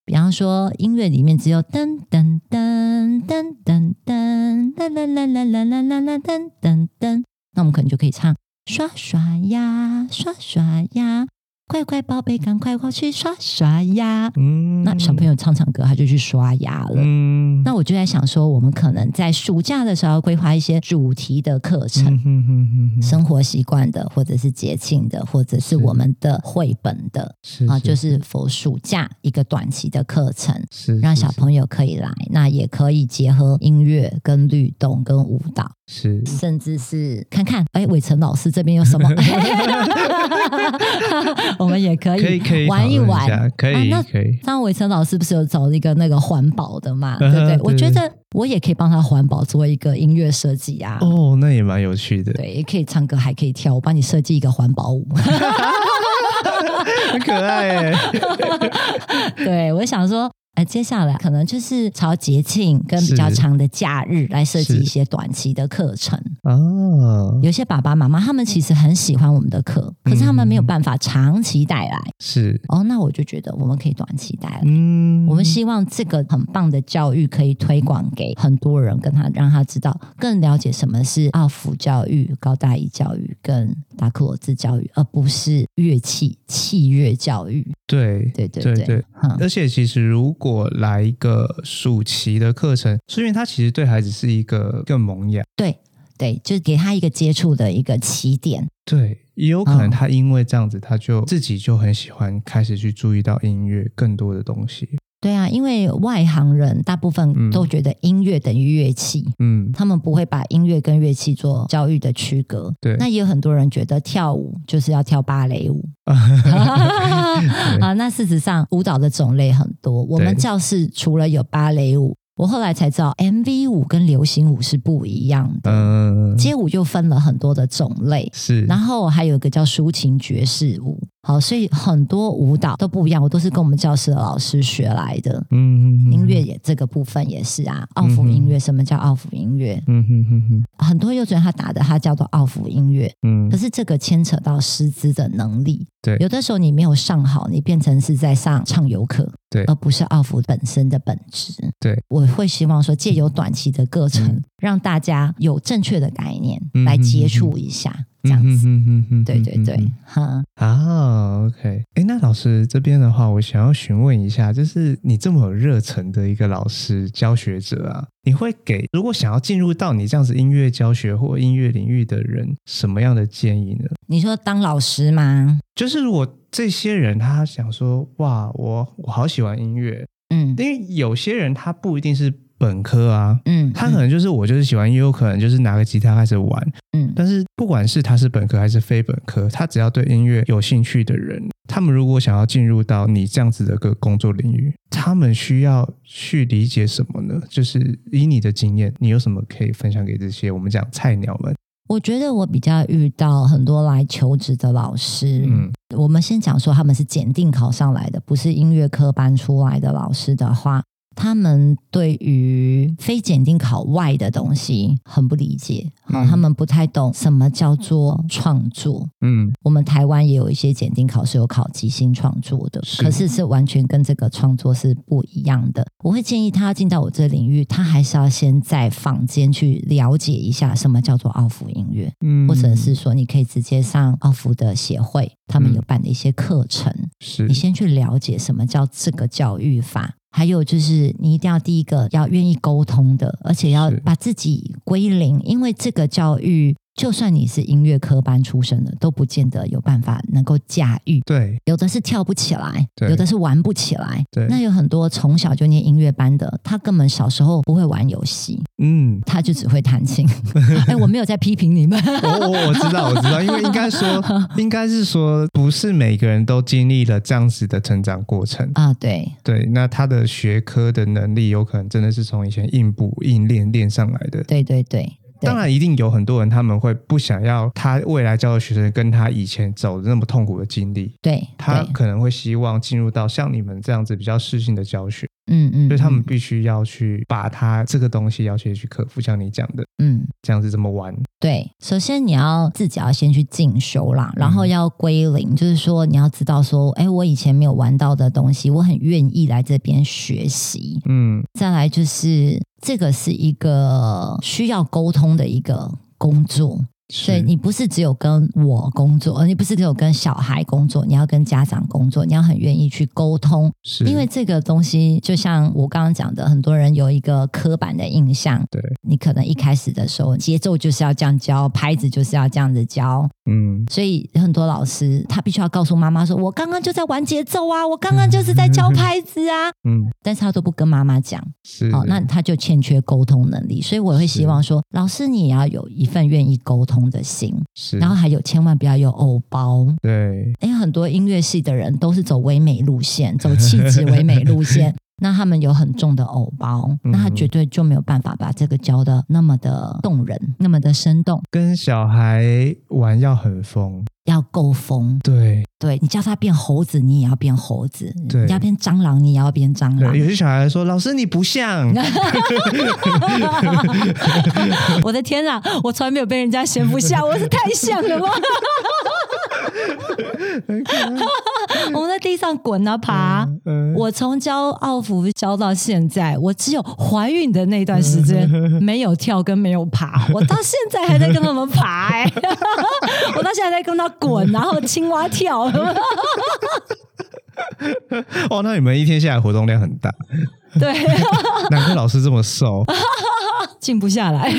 Speaker 1: 比方说音乐里面只有噔噔噔噔噔噔啦啦啦啦啦啦啦啦噔噔噔，那我们可能就可以唱刷刷牙，刷刷牙，快快宝贝，赶快过去刷刷牙。
Speaker 2: 嗯
Speaker 1: 那小朋
Speaker 2: 友
Speaker 1: 友唱唱歌，他就去刷牙了。
Speaker 2: 嗯
Speaker 1: 那我就在想说，我们可能在暑假的时候规划一些主题的课程。
Speaker 2: 嗯哼哼哼哼
Speaker 1: 生活习惯的，或者是节庆的，或者是
Speaker 2: 是
Speaker 1: 我们的绘本的
Speaker 2: 是
Speaker 1: 啊，就是是否暑假一个短期的课程，
Speaker 2: 是
Speaker 1: 让
Speaker 2: 是
Speaker 1: 小
Speaker 2: 是
Speaker 1: 朋友可以来，那也可以结合音乐、跟律动、跟舞蹈，
Speaker 2: 是
Speaker 1: 甚至是看看，哎，伟成老师这边有 什么， 我们也可以
Speaker 2: 可以可以
Speaker 1: 玩一
Speaker 2: 讨论
Speaker 1: 玩
Speaker 2: 下，可
Speaker 1: 啊
Speaker 2: 以
Speaker 1: 那
Speaker 2: 可以
Speaker 1: 张伟成老师不是有找了一个那个环保的嘛，对
Speaker 2: 嗯
Speaker 1: 不对？
Speaker 2: 对
Speaker 1: 我觉得我也可以帮他环保做一个音乐设计啊。
Speaker 2: 哦，那也蛮有趣的，
Speaker 1: 对，也可以唱歌，还可以跳。我帮你设计一个环保舞。
Speaker 2: 很可爱 哎，
Speaker 1: 对，我想说，呃，接下来可能就是朝节庆跟比较
Speaker 2: 是
Speaker 1: 长的假日来设计
Speaker 2: 是
Speaker 1: 一些短期的课程。
Speaker 2: 哦，
Speaker 1: 有些爸爸妈妈他们其实很喜欢我们的课，
Speaker 2: 嗯
Speaker 1: 可是他们没有办法长期带来。
Speaker 2: 是
Speaker 1: 哦，那我就觉得我们可以短期带来。
Speaker 2: 嗯，
Speaker 1: 我们希望这个很棒的教育可以推广给很多人，跟他让他知道更了解什么是奥辅教育、高大一教育跟达克罗兹教育，而不是乐器器乐教育。
Speaker 2: 对
Speaker 1: 对对
Speaker 2: 对对
Speaker 1: 嗯，
Speaker 2: 而且其实如果来一个暑期的课程，是因为它其实对孩子是一个更萌芽，
Speaker 1: 对对，就是给他一个接触的一个起点。
Speaker 2: 对，也有可能
Speaker 1: 嗯
Speaker 2: 他因为这样子，他就自己就很喜欢开始去注意到音乐更多的东西，
Speaker 1: 对啊，因为外行人大部
Speaker 2: 嗯
Speaker 1: 分都觉得音乐等于乐器。
Speaker 2: 嗯，
Speaker 1: 他们不会把音乐跟乐器做教育的区隔，
Speaker 2: 对
Speaker 1: 那也有很多人觉得跳舞就是要跳芭蕾 舞， 啊，那事实上舞蹈的种类很多。我们
Speaker 2: 对
Speaker 1: 教室除了有芭蕾舞，我后来才知道 MV 舞跟流行舞是不一样的。
Speaker 2: 嗯，
Speaker 1: 街舞又分了很多的种类，
Speaker 2: 是，
Speaker 1: 然后还有一个叫抒情爵士舞。好，所以很多舞蹈都不一样，我都是跟我们教室的老师学来的。
Speaker 2: 嗯，
Speaker 1: 音乐，也这个部分也是啊，奥福音乐，什么叫奥福音乐？
Speaker 2: 嗯哼哼哼，
Speaker 1: 很多幼稚园他打的它叫做奥福音乐，
Speaker 2: 嗯
Speaker 1: 可，是这个牵扯到师资的能力，
Speaker 2: 对
Speaker 1: 有的时候你没有上好，你变成是在上唱游课，
Speaker 2: 对
Speaker 1: 而不是奥福本身的本质。
Speaker 2: 对，
Speaker 1: 我会希望说借由短期的课程，
Speaker 2: 嗯
Speaker 1: 让大家有正确的概念
Speaker 2: 嗯
Speaker 1: 来
Speaker 2: 哼
Speaker 1: 接
Speaker 2: 哼
Speaker 1: 触一下，这样子。
Speaker 2: 嗯哼哼哼
Speaker 1: 对对对，哈，
Speaker 2: 啊，OK，哎，那老师这边的话，我想要询问一下，就是你这么有热忱的一个老师教学者啊，你会给如果想要进入到你这样子音乐教学或音乐领域的人什么样的建议呢？
Speaker 1: 你说当老师吗？
Speaker 2: 就是如果这些人他想说，哇，我我好喜欢音乐，
Speaker 1: 嗯
Speaker 2: 因为有些人他不一定是本科啊。
Speaker 1: 嗯，
Speaker 2: 他可能就是我就是喜欢音乐，也有可能就是拿个吉他开始玩，
Speaker 1: 嗯
Speaker 2: 但是不管是他是本科还是非本科，他只要对音乐有兴趣的人，他们如果想要进入到你这样子的一个工作领域，他们需要去理解什么呢？就是以你的经验，你有什么可以分享给这些我们讲菜鸟们？
Speaker 1: 我觉得我比较遇到很多来求职的老师，
Speaker 2: 嗯，
Speaker 1: 我们先讲说他们是检定考上来的，不是音乐科班出来的老师的话，他们对于非检定考外的东西很不理解，
Speaker 2: 嗯
Speaker 1: 他们不太懂什么叫做创作。
Speaker 2: 嗯，
Speaker 1: 我们台湾也有一些检定考是有考即兴创作的，
Speaker 2: 是
Speaker 1: 可是是完全跟这个创作是不一样的。我会建议他进到我这领域，他还是要先在坊间去了解一下什么叫做奥福音乐，
Speaker 2: 嗯
Speaker 1: 或者是说你可以直接上奥福的协会，他们
Speaker 2: 嗯
Speaker 1: 有办的一些课程，
Speaker 2: 是
Speaker 1: 你先去了解什么叫这个教育法。还有就是，你一定要第一个要愿意沟通的，而且要
Speaker 2: 是
Speaker 1: 把自己归零，因为这个教育，就算你是音乐科班出身的，都不见得有办法能够驾驭。
Speaker 2: 对
Speaker 1: 有的是跳不起来，
Speaker 2: 对
Speaker 1: 有的是玩不起来。
Speaker 2: 对，
Speaker 1: 那有很多从小就念音乐班的，他根本小时候不会玩游戏，
Speaker 2: 嗯，
Speaker 1: 他就只会弹 琴。哎，我没有在批评你们，
Speaker 2: 我哦我我知道我知道，因为应该说应该是说不是每个人都经历了这样子的成长过程。
Speaker 1: 啊，对，
Speaker 2: 对，那他的学科的能力有可能真的是从以前硬补硬练练上来的。
Speaker 1: 对对对，对
Speaker 2: 当然，一定有很多人他们会不想要他未来教的学生跟他以前走的那么痛苦的经历，
Speaker 1: 对，
Speaker 2: 他
Speaker 1: 对
Speaker 2: 可能会希望进入到像你们这样子比较适性的教学，
Speaker 1: 嗯嗯，
Speaker 2: 所以他们
Speaker 1: 嗯
Speaker 2: 必须要去把他这个东西要先去克服，像你讲的
Speaker 1: 嗯。
Speaker 2: 这样子这么玩，
Speaker 1: 对，首先你要自己要先去进修啦，然后要归零，就是说你要知道说，哎，我以前没有玩到的东西，我很愿意来这边学习。
Speaker 2: 嗯，
Speaker 1: 再来就是这个是一个需要沟通的一个工作，所以
Speaker 2: 是
Speaker 1: 你不是只有跟我工作，呃你不是只有跟小孩工作，你要跟家长工作，你要很愿意去沟通，
Speaker 2: 是
Speaker 1: 因为这个东西，就像我刚刚讲的，很多人有一个刻板的印象，
Speaker 2: 对
Speaker 1: 你可能一开始的时候节奏就是要这样教，拍子就是要这样子教，
Speaker 2: 嗯
Speaker 1: 所以很多老师他必须要告诉妈妈说：“我刚刚就在玩节奏啊，我刚刚就是在教拍子啊。
Speaker 2: 嗯”
Speaker 1: 但是他都不跟妈妈讲，
Speaker 2: 是
Speaker 1: 好、哦那他就欠缺沟通能力。所以我会希望说，老师你也要有一份愿意沟通的心，
Speaker 2: 是
Speaker 1: 然后还有千万不要有偶包。
Speaker 2: 对
Speaker 1: 因为很多音乐系的人都是走唯美路线，走气质唯美路 线，那他们有很重的偶包，
Speaker 2: 嗯
Speaker 1: 那他绝对就没有办法把这个教的那么的动人，那么的生动。
Speaker 2: 跟小孩玩要很疯，
Speaker 1: 要够疯，
Speaker 2: 对
Speaker 1: 对你叫他变猴子，你也要变猴子；
Speaker 2: 对
Speaker 1: 你要变蟑螂，你也要变蟑
Speaker 2: 对，
Speaker 1: 螂。
Speaker 2: 有些小孩说老师你 不像，
Speaker 1: 我的天啊，我从来没有被人家嫌不 下，我是太像了吗？我在地上滚啊爬啊
Speaker 2: 嗯
Speaker 1: 我从教奥福教到现在，我只有怀孕的那段时 间没有跳跟没有爬，我到现在还在跟他们爬、 哎，我到现在还在跟他滚，然后青蛙 跳，
Speaker 2: 哦，那你们一天下来活动量很 大，
Speaker 1: 对，
Speaker 2: 难怪老师这么瘦。
Speaker 1: 静不下来。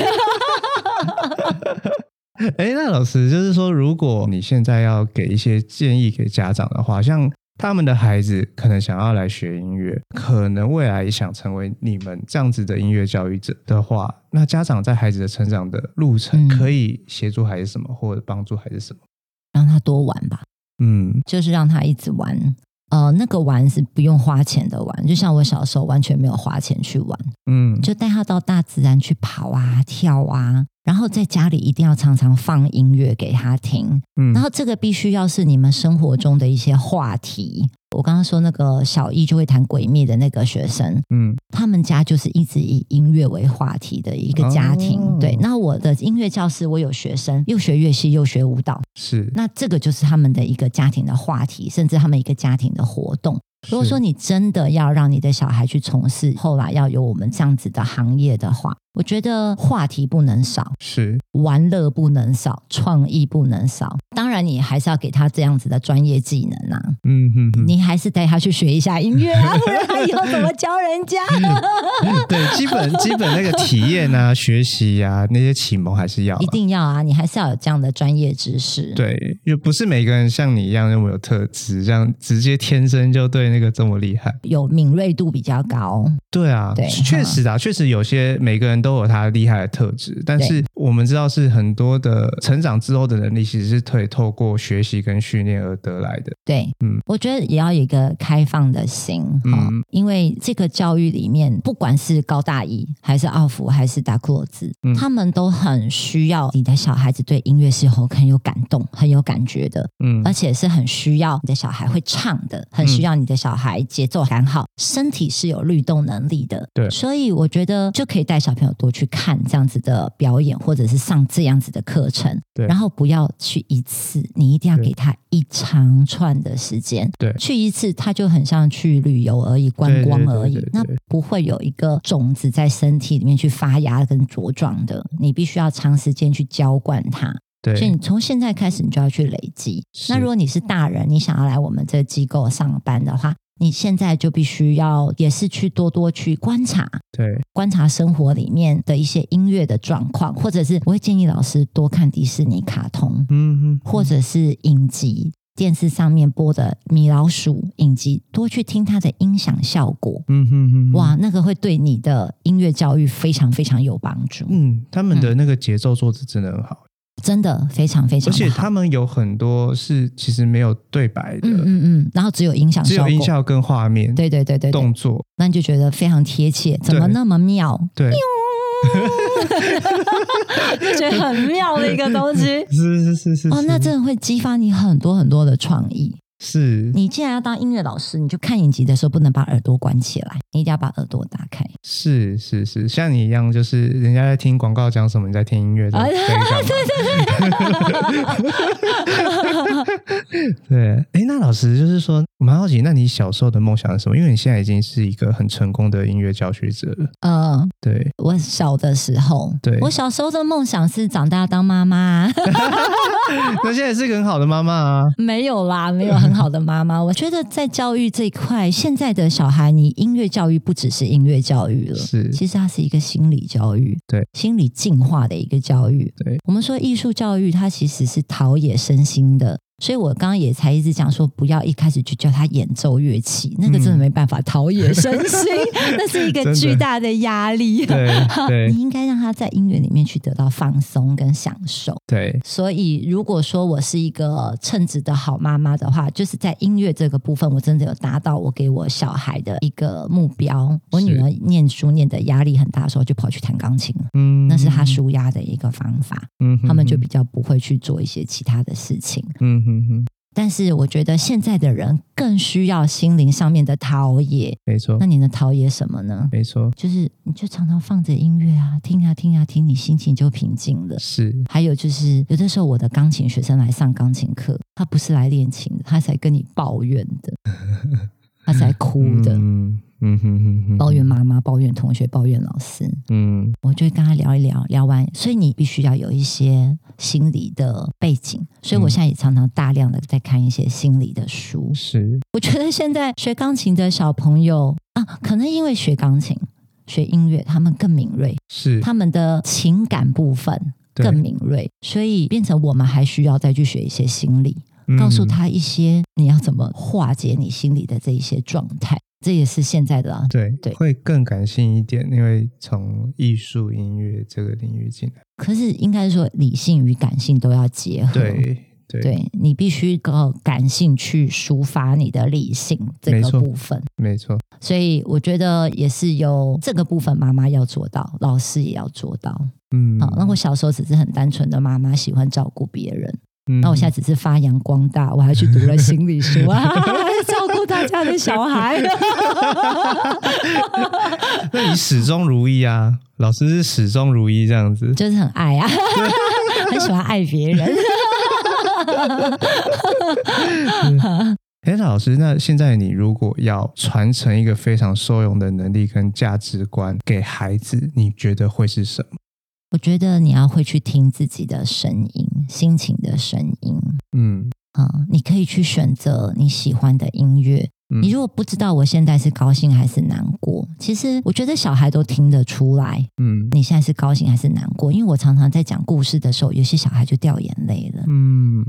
Speaker 2: 哎，那老师就是说，如果你现在要给一些建议给家长的话，像他们的孩子可能想要来学音乐，可能未来也想成为你们这样子的音乐教育者的话，那家长在孩子的成长的路程
Speaker 1: 嗯
Speaker 2: 可以协助孩子什么，或者帮助孩子什么？
Speaker 1: 让他多玩吧，
Speaker 2: 嗯，
Speaker 1: 就是让他一直玩。呃，那个玩是不用花钱的玩，就像我小时候完全没有花钱去玩，
Speaker 2: 嗯，
Speaker 1: 就带他到大自然去跑啊、跳啊，然后在家里一定要常常放音乐给他听，
Speaker 2: 嗯
Speaker 1: 然后这个必须要是你们生活中的一些话题。我刚刚说那个小一就会谈鬼灭的那个学生，
Speaker 2: 嗯
Speaker 1: 他们家就是一直以音乐为话题的一个家庭。
Speaker 2: 哦
Speaker 1: 对，那我的音乐教室，我有学生又学乐器又学舞蹈，
Speaker 2: 是，
Speaker 1: 那这个就是他们的一个家庭的话题，甚至他们一个家庭的活动。如果
Speaker 2: 是
Speaker 1: 说你真的要让你的小孩去从事后来要有我们这样子的行业的话，我觉得话题不能少，
Speaker 2: 是
Speaker 1: 玩乐不能少，创意不能少。当然，你还是要给他这样子的专业技能啊，
Speaker 2: 嗯哼哼，
Speaker 1: 你还是带他去学一下音乐 啊，不然他以后怎么教人家？
Speaker 2: 对，基本基本那个体验啊、学习啊那些启蒙还是要啊、
Speaker 1: 一定要啊，你还是要有这样的专业知识。
Speaker 2: 对，又不是每个人像你一样那么有特质，这样直接天生就对那个这么厉害。
Speaker 1: 有敏锐度比较高，
Speaker 2: 对啊，
Speaker 1: 对
Speaker 2: 确实啊，确实有些每个人都有他厉害的特质，但是我我们知道是很多的成长之后的能力，其实是可以透过学习跟训练而得来的。
Speaker 1: 对，
Speaker 2: 嗯，
Speaker 1: 我觉得也要有一个开放的心，哈、
Speaker 2: 嗯
Speaker 1: 因为这个教育里面，不管是高大一还是奥福还是达库洛兹，
Speaker 2: 嗯
Speaker 1: 他们都很需要你的小孩子对音乐是很很有感动、很有感觉的，
Speaker 2: 嗯
Speaker 1: 而且是很需要你的小孩会唱的，很需要你的小孩节奏感好，身体是有律动能力的。
Speaker 2: 对
Speaker 1: 所以我觉得就可以带小朋友多去看这样子的表演，或者是上这样子的课程。
Speaker 2: 对
Speaker 1: 然后不要去一次，你一定要
Speaker 2: 对
Speaker 1: 给他一长串的时间。
Speaker 2: 对
Speaker 1: 去一次他就很像去旅游而已，观光而已
Speaker 2: 对对对对
Speaker 1: 那
Speaker 2: 对，
Speaker 1: 不会有一个种子在身体里面去发芽跟茁壮的。你必须要长时间去浇灌它。
Speaker 2: 对，
Speaker 1: 所以你从现在开始，你就要去累积。
Speaker 2: 是
Speaker 1: 那如果你是大人，你想要来我们这机构上班的话，你现在就必须要也是去多多去观察，
Speaker 2: 对，
Speaker 1: 观察生活里面的一些音乐的状况，或者是我会建议老师多看迪士尼卡通，
Speaker 2: 嗯嗯，
Speaker 1: 或者是影集。电视上面播的米老鼠影集，多去听它的音响效果，
Speaker 2: 嗯哼哼，
Speaker 1: 哇，那个会对你的音乐教育非常非常有帮助，
Speaker 2: 嗯，他们的那个节奏做的真的很好，
Speaker 1: 真的非常非常
Speaker 2: 而
Speaker 1: 地好。
Speaker 2: 且他们有很多是其实没有对白的，
Speaker 1: 嗯嗯嗯，然后只有影响
Speaker 2: 只
Speaker 1: 效
Speaker 2: 有
Speaker 1: 果，
Speaker 2: 音效跟画面、
Speaker 1: 对对对对对，
Speaker 2: 动作，
Speaker 1: 那你就觉得非常贴切，怎么那么妙？
Speaker 2: 对，。
Speaker 1: 就觉得很妙的一个东西
Speaker 2: 是是是是，
Speaker 1: 哦，那
Speaker 2: 是
Speaker 1: 真的会激发你很多很多的创意。
Speaker 2: 是
Speaker 1: 你既然要当音乐老师，你就看影集的时候不能把耳朵关起来，你一定要把耳朵打开。
Speaker 2: 是是是，像你一样，就是人家在听广告讲什么，你在听音乐的，
Speaker 1: 啊
Speaker 2: 在干嘛 对，哎，那老师就是说，我蛮好奇，那你小时候的梦想是什么？因为你现在已经是一个很成功的音乐教学者了，
Speaker 1: 呃，
Speaker 2: 对，
Speaker 1: 我小的时候，
Speaker 2: 对
Speaker 1: 我小时候的梦想是长大当妈妈，
Speaker 2: 那现在是个很好的妈妈啊，
Speaker 1: 没有啦，没有很好的妈妈。我觉得在教育这一块，现在的小孩，你音乐教育不只是音乐教育了，
Speaker 2: 是
Speaker 1: 其实它是一个心理教育，
Speaker 2: 对
Speaker 1: 心理进化的一个教育。
Speaker 2: 对，
Speaker 1: 我们说艺术教育，它其实是陶冶身心的。所以我刚刚也才一直讲说，不要一开始就叫他演奏乐器，那个真的没办法陶冶身 心，那是一
Speaker 2: 真
Speaker 1: 个
Speaker 2: 的
Speaker 1: 巨大的压力。
Speaker 2: 对对
Speaker 1: 你应该让他在音乐里面去得到放松跟享受。
Speaker 2: 对，
Speaker 1: 所以，如果说我是一个称职的好妈妈的话，就是在音乐这个部分，我真的有达到我给我小孩的一个目标。我
Speaker 2: 是
Speaker 1: 女儿念书念的压力很大的时候，就跑去弹钢琴了，
Speaker 2: 嗯，
Speaker 1: 那是她舒压的一个方法。
Speaker 2: 嗯哼哼
Speaker 1: 他们就比较不会去做一些其他的事情。
Speaker 2: 嗯哼哼，
Speaker 1: 但是，我觉得现在的人更需要心灵上面的陶冶。
Speaker 2: 没错
Speaker 1: 那你能陶冶什么呢？
Speaker 2: 没错，
Speaker 1: 就是你就常常放着音乐啊，听啊听啊听，你心情就平静了。
Speaker 2: 是
Speaker 1: 还有就是，有的时候我的钢琴学生来上钢琴课，他不是来练琴的，他才跟你抱怨的， 他才哭的，
Speaker 2: 嗯嗯哼哼哼，
Speaker 1: 抱怨妈妈、抱怨同学、抱怨老师。
Speaker 2: 嗯
Speaker 1: 我就会跟他聊一聊，聊完，所以你必须要有一些心理的背景。所以我
Speaker 2: 嗯
Speaker 1: 现在也常常大量的在看一些心理的书。
Speaker 2: 是
Speaker 1: 我觉得现在学钢琴的小朋友啊，可能因为学钢琴、学音乐，他们更敏锐，
Speaker 2: 是，
Speaker 1: 他们的情感部分
Speaker 2: 对
Speaker 1: 更敏锐，所以变成我们还需要再去学一些心理，告诉
Speaker 2: 嗯
Speaker 1: 他一些你要怎么化解你心里的这一些状态，这也是现在的啊、
Speaker 2: 对
Speaker 1: 对
Speaker 2: 会更感性一点，因为从艺术音乐这个领域进来，
Speaker 1: 可是应该说理性与感性都要结合。
Speaker 2: 对对
Speaker 1: 对你必须靠感性去抒发你的理性这
Speaker 2: 没
Speaker 1: 个
Speaker 2: 错
Speaker 1: 部分，
Speaker 2: 没错，
Speaker 1: 所以我觉得也是有这个部分，妈妈要做到，老师也要做到。
Speaker 2: 嗯，
Speaker 1: 好、那我小时候只是很单纯的妈妈喜欢照顾别人，
Speaker 2: 嗯，
Speaker 1: 那我现在只是发扬光大，我还去读了心理书啊，照顾大家的小 孩。
Speaker 2: 那你哎始终如一啊，老师是始终如一这样子，
Speaker 1: 就是很爱啊，很喜欢爱别人。
Speaker 2: 哎，那老师，那现在你如果要传承一个非常受用的能力跟价值观给孩子，你觉得会是什么？
Speaker 1: 我觉得你要会去听自己的声音，心情的声音
Speaker 2: 嗯，
Speaker 1: 啊、你可以去选择你喜欢的音乐。
Speaker 2: 嗯
Speaker 1: 你如果不知道我现在是高兴还是难过，其实我觉得小孩都听得出来
Speaker 2: 嗯
Speaker 1: 你现在是高兴还是难过。因为我常常在讲故事的时候，有些小孩就掉眼泪了。
Speaker 2: 嗯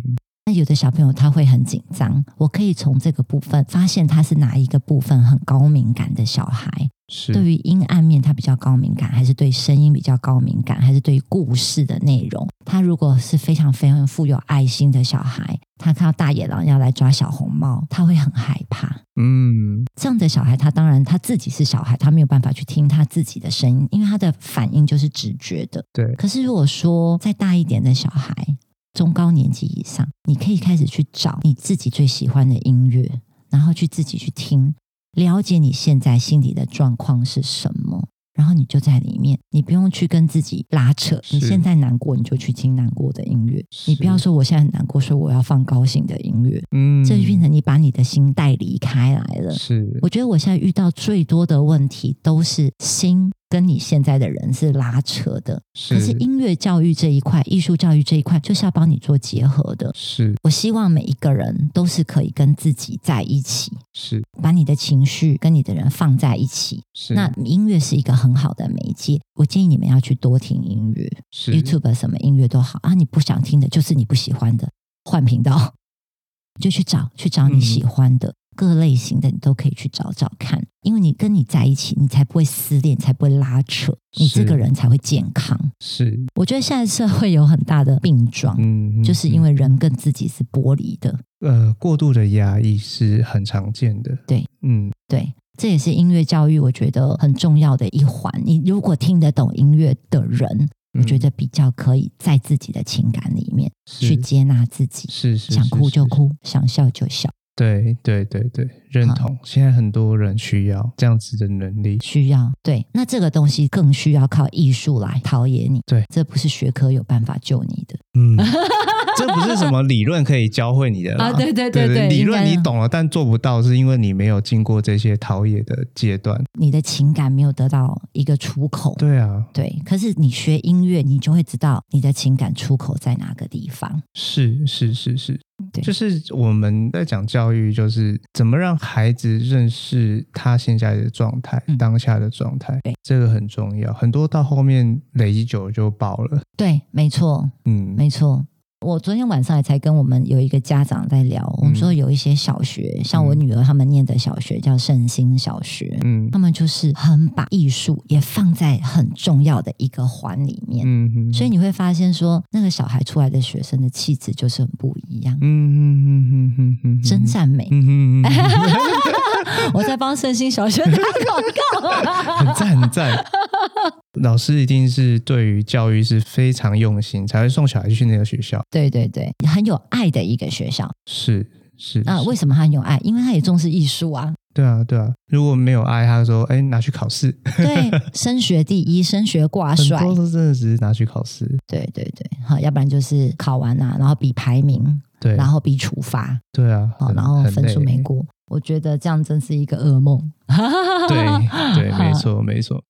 Speaker 1: 那有的小朋友他会很紧张，我可以从这个部分发现他是哪一个部分很高敏感的小孩，
Speaker 2: 是
Speaker 1: 对于阴暗面他比较高敏感，还是对声音比较高敏感，还是对故事的内容？他如果是非常非常富有爱心的小孩，他看到大野狼要来抓小红帽，他会很害怕。
Speaker 2: 嗯，
Speaker 1: 这样的小孩，他当然他自己是小孩，他没有办法去听他自己的声音，因为他的反应就是直觉的。
Speaker 2: 对，
Speaker 1: 可是如果说再大一点的小孩，中高年级以上，你可以开始去找你自己最喜欢的音乐，然后去自己去听，了解你现在心里的状况是什么。然后你就在里面，你不用去跟自己拉扯。
Speaker 2: 是
Speaker 1: 你现在难过，你就去听难过的音乐。
Speaker 2: 是
Speaker 1: 你不要说我现在很难过，所以我要放高兴的音乐。
Speaker 2: 嗯，
Speaker 1: 这就变成你把你的心带离开来了。
Speaker 2: 是
Speaker 1: 我觉得我现在遇到最多的问题都是心跟你现在的人是拉扯的，可是
Speaker 2: 是
Speaker 1: 音乐教育这一块、艺术教育这一块，就是要帮你做结合的。
Speaker 2: 是
Speaker 1: 我希望每一个人都是可以跟自己在一起，
Speaker 2: 是
Speaker 1: 把你的情绪跟你的人放在一起。
Speaker 2: 是，
Speaker 1: 那音乐是一个很好的媒介，我建议你们要去多听音乐
Speaker 2: 是
Speaker 1: ，YouTube 什么音乐都好啊。你不想听的，就是你不喜欢的，换频道， 你就去找去找你
Speaker 2: 嗯
Speaker 1: 喜欢的。各类型的你都可以去找找看，因为你跟你在一起，你才不会撕裂，你才不会拉扯，你这
Speaker 2: 是
Speaker 1: 个人才会健康。
Speaker 2: 是
Speaker 1: 我觉得现在社会有很大的病状，
Speaker 2: 嗯，
Speaker 1: 就是因
Speaker 2: 为
Speaker 1: 为人跟自己是剥离的。
Speaker 2: 呃过度的压抑是很常见的，
Speaker 1: 对，
Speaker 2: 嗯
Speaker 1: 对，这也是音乐教育我觉得很重要的一环。你如果听得懂音乐的人，我觉
Speaker 2: 嗯
Speaker 1: 得比较可以在自己的情感里面
Speaker 2: 是
Speaker 1: 去接纳自己，
Speaker 2: 是是
Speaker 1: 想
Speaker 2: 是
Speaker 1: 哭就是哭，想笑就笑，
Speaker 2: 对对对对，认
Speaker 1: 好
Speaker 2: 同。现在很多人需要这样子的能力。
Speaker 1: 需要对。那这个东西更需要靠艺术来陶冶你。
Speaker 2: 对，
Speaker 1: 这不是学科有办法救你的
Speaker 2: 嗯， 这不是什么理论可以教会你的啦。
Speaker 1: 啊对
Speaker 2: 对理
Speaker 1: 应
Speaker 2: 论
Speaker 1: 该啊
Speaker 2: 你懂了，但做不到，是因为你没有经过这些陶冶的阶段。
Speaker 1: 你的情感没有得到一个出口。
Speaker 2: 对啊，
Speaker 1: 对，可是你学音乐，你就会知道你的情感出口在哪个地方。
Speaker 2: 是是是是，
Speaker 1: 对
Speaker 2: 就是我们在讲教育，就是怎么让孩子认识他现在的状态、
Speaker 1: 嗯
Speaker 2: 当下的状态
Speaker 1: 对，
Speaker 2: 这个很重要。很多到后面累积久了就爆了。
Speaker 1: 对，没错，
Speaker 2: 嗯，
Speaker 1: 没错。我昨天晚上才跟我们有一个家长在聊，我
Speaker 2: 嗯
Speaker 1: 们说有一些小学，像我女儿他们念的小学叫圣心小学，
Speaker 2: 嗯
Speaker 1: 他们就是很把艺术也放在很重要的一个环里面，
Speaker 2: 嗯嗯，
Speaker 1: 所以你会发现说，那个小孩出来的学生的气质就是很不一样
Speaker 2: 嗯，嗯嗯嗯嗯嗯，
Speaker 1: 真善美。
Speaker 2: 嗯嗯嗯嗯，
Speaker 1: 我在帮圣心小学 打广告、
Speaker 2: 很赞很赞。老师一定是对于教育是非常用心，才会送小孩去那个学校。
Speaker 1: 对对对，很有爱的一个学校。
Speaker 2: 是是
Speaker 1: 那、
Speaker 2: 是
Speaker 1: 为什么他很有爱？因为他也重视艺术啊。
Speaker 2: 对啊对啊。如果没有爱，他说哎拿去考试，
Speaker 1: 对，升学第一，升学挂
Speaker 2: 很
Speaker 1: 帅。
Speaker 2: 多都真的只是拿去考试。
Speaker 1: 对对对，好，要不然就是考完啦、然后比排名，
Speaker 2: 对，
Speaker 1: 然后比处罚，
Speaker 2: 对啊，
Speaker 1: 好，
Speaker 2: 很
Speaker 1: 哦然后
Speaker 2: 很
Speaker 1: 分数
Speaker 2: 累
Speaker 1: 没过。我觉得这样真是一个噩梦。
Speaker 2: 对对，没 错没错。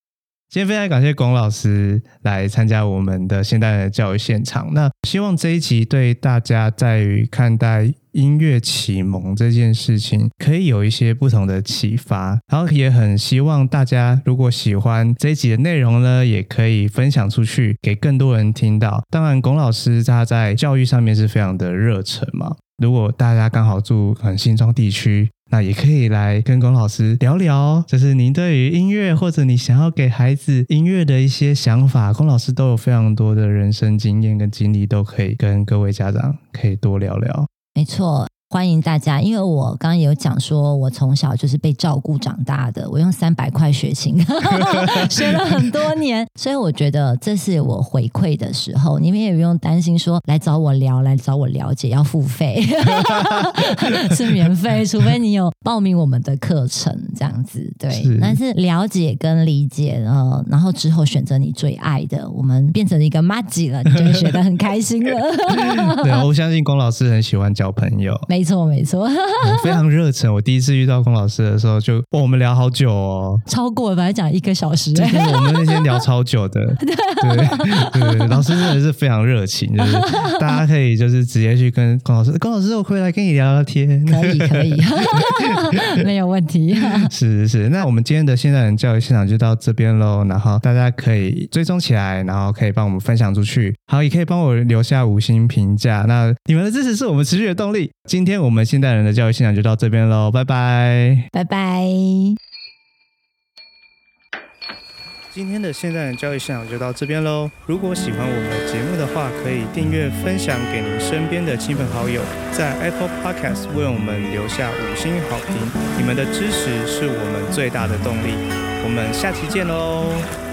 Speaker 2: 今天非常感谢龚老师来参加我们的现代人的教育现场。那希望这一集对大家在于看待音乐启蒙这件事情，可以有一些不同的启发。然后也很希望大家如果喜欢这一集的内容呢，也可以分享出去给更多人听到。当然，龚老师他在教育上面是非常的热忱嘛，如果大家刚好住可能新庄地区，那也可以来跟龚老师聊聊，就是您对于音乐或者你想要给孩子音乐的一些想法，龚老师都有非常多的人生经验跟经历，都可以跟各位家长可以多聊聊。
Speaker 1: 没错，欢迎大家，因为我刚刚有讲说，我从小就是被照顾长大的，我用三百块学琴 学了很多年，所以我觉得这是我回馈的时候，你们也不用担心说来找我聊，来找我了解要付费， 是免费，除非你有报名我们的课程这样子，对
Speaker 2: 是，
Speaker 1: 但是了解跟理解，呃，然后之后选择你最爱的，我们变成一个妈吉了，你就会学得很开心了。
Speaker 2: 对，啊我相信龚老师很喜欢交朋友，嗯
Speaker 1: 没错，没错。
Speaker 2: 非常热忱。我第一次遇到龚老师的时候就，哇，我们聊好久哦。
Speaker 1: 超过本来讲一个小时、
Speaker 2: 真的，我们那天聊超久的，对对对，老师真的是非常热情，就是大家可以就是直接去跟龚老师，龚老师我回来跟你聊聊 天。
Speaker 1: 可以 可以，没有问题。
Speaker 2: 是是是，那我们今天的现代人教育现场就到这边喽，然后大家可以追踪起来，然后可以帮我们分享出去，好，也可以帮我留下五星评价。那你们的支持是我们持续的动力。今天我们现代人的教育现场就到这边喽，拜拜。
Speaker 1: 拜拜。
Speaker 2: 今天的现代人教育现场就到这边喽。如果喜欢我们的节目的话，可以订阅、分享给您身边的亲朋好友，在 Apple Podcast 为我们留下五星好评。你们的支持是我们最大的动力。我们下期见喽！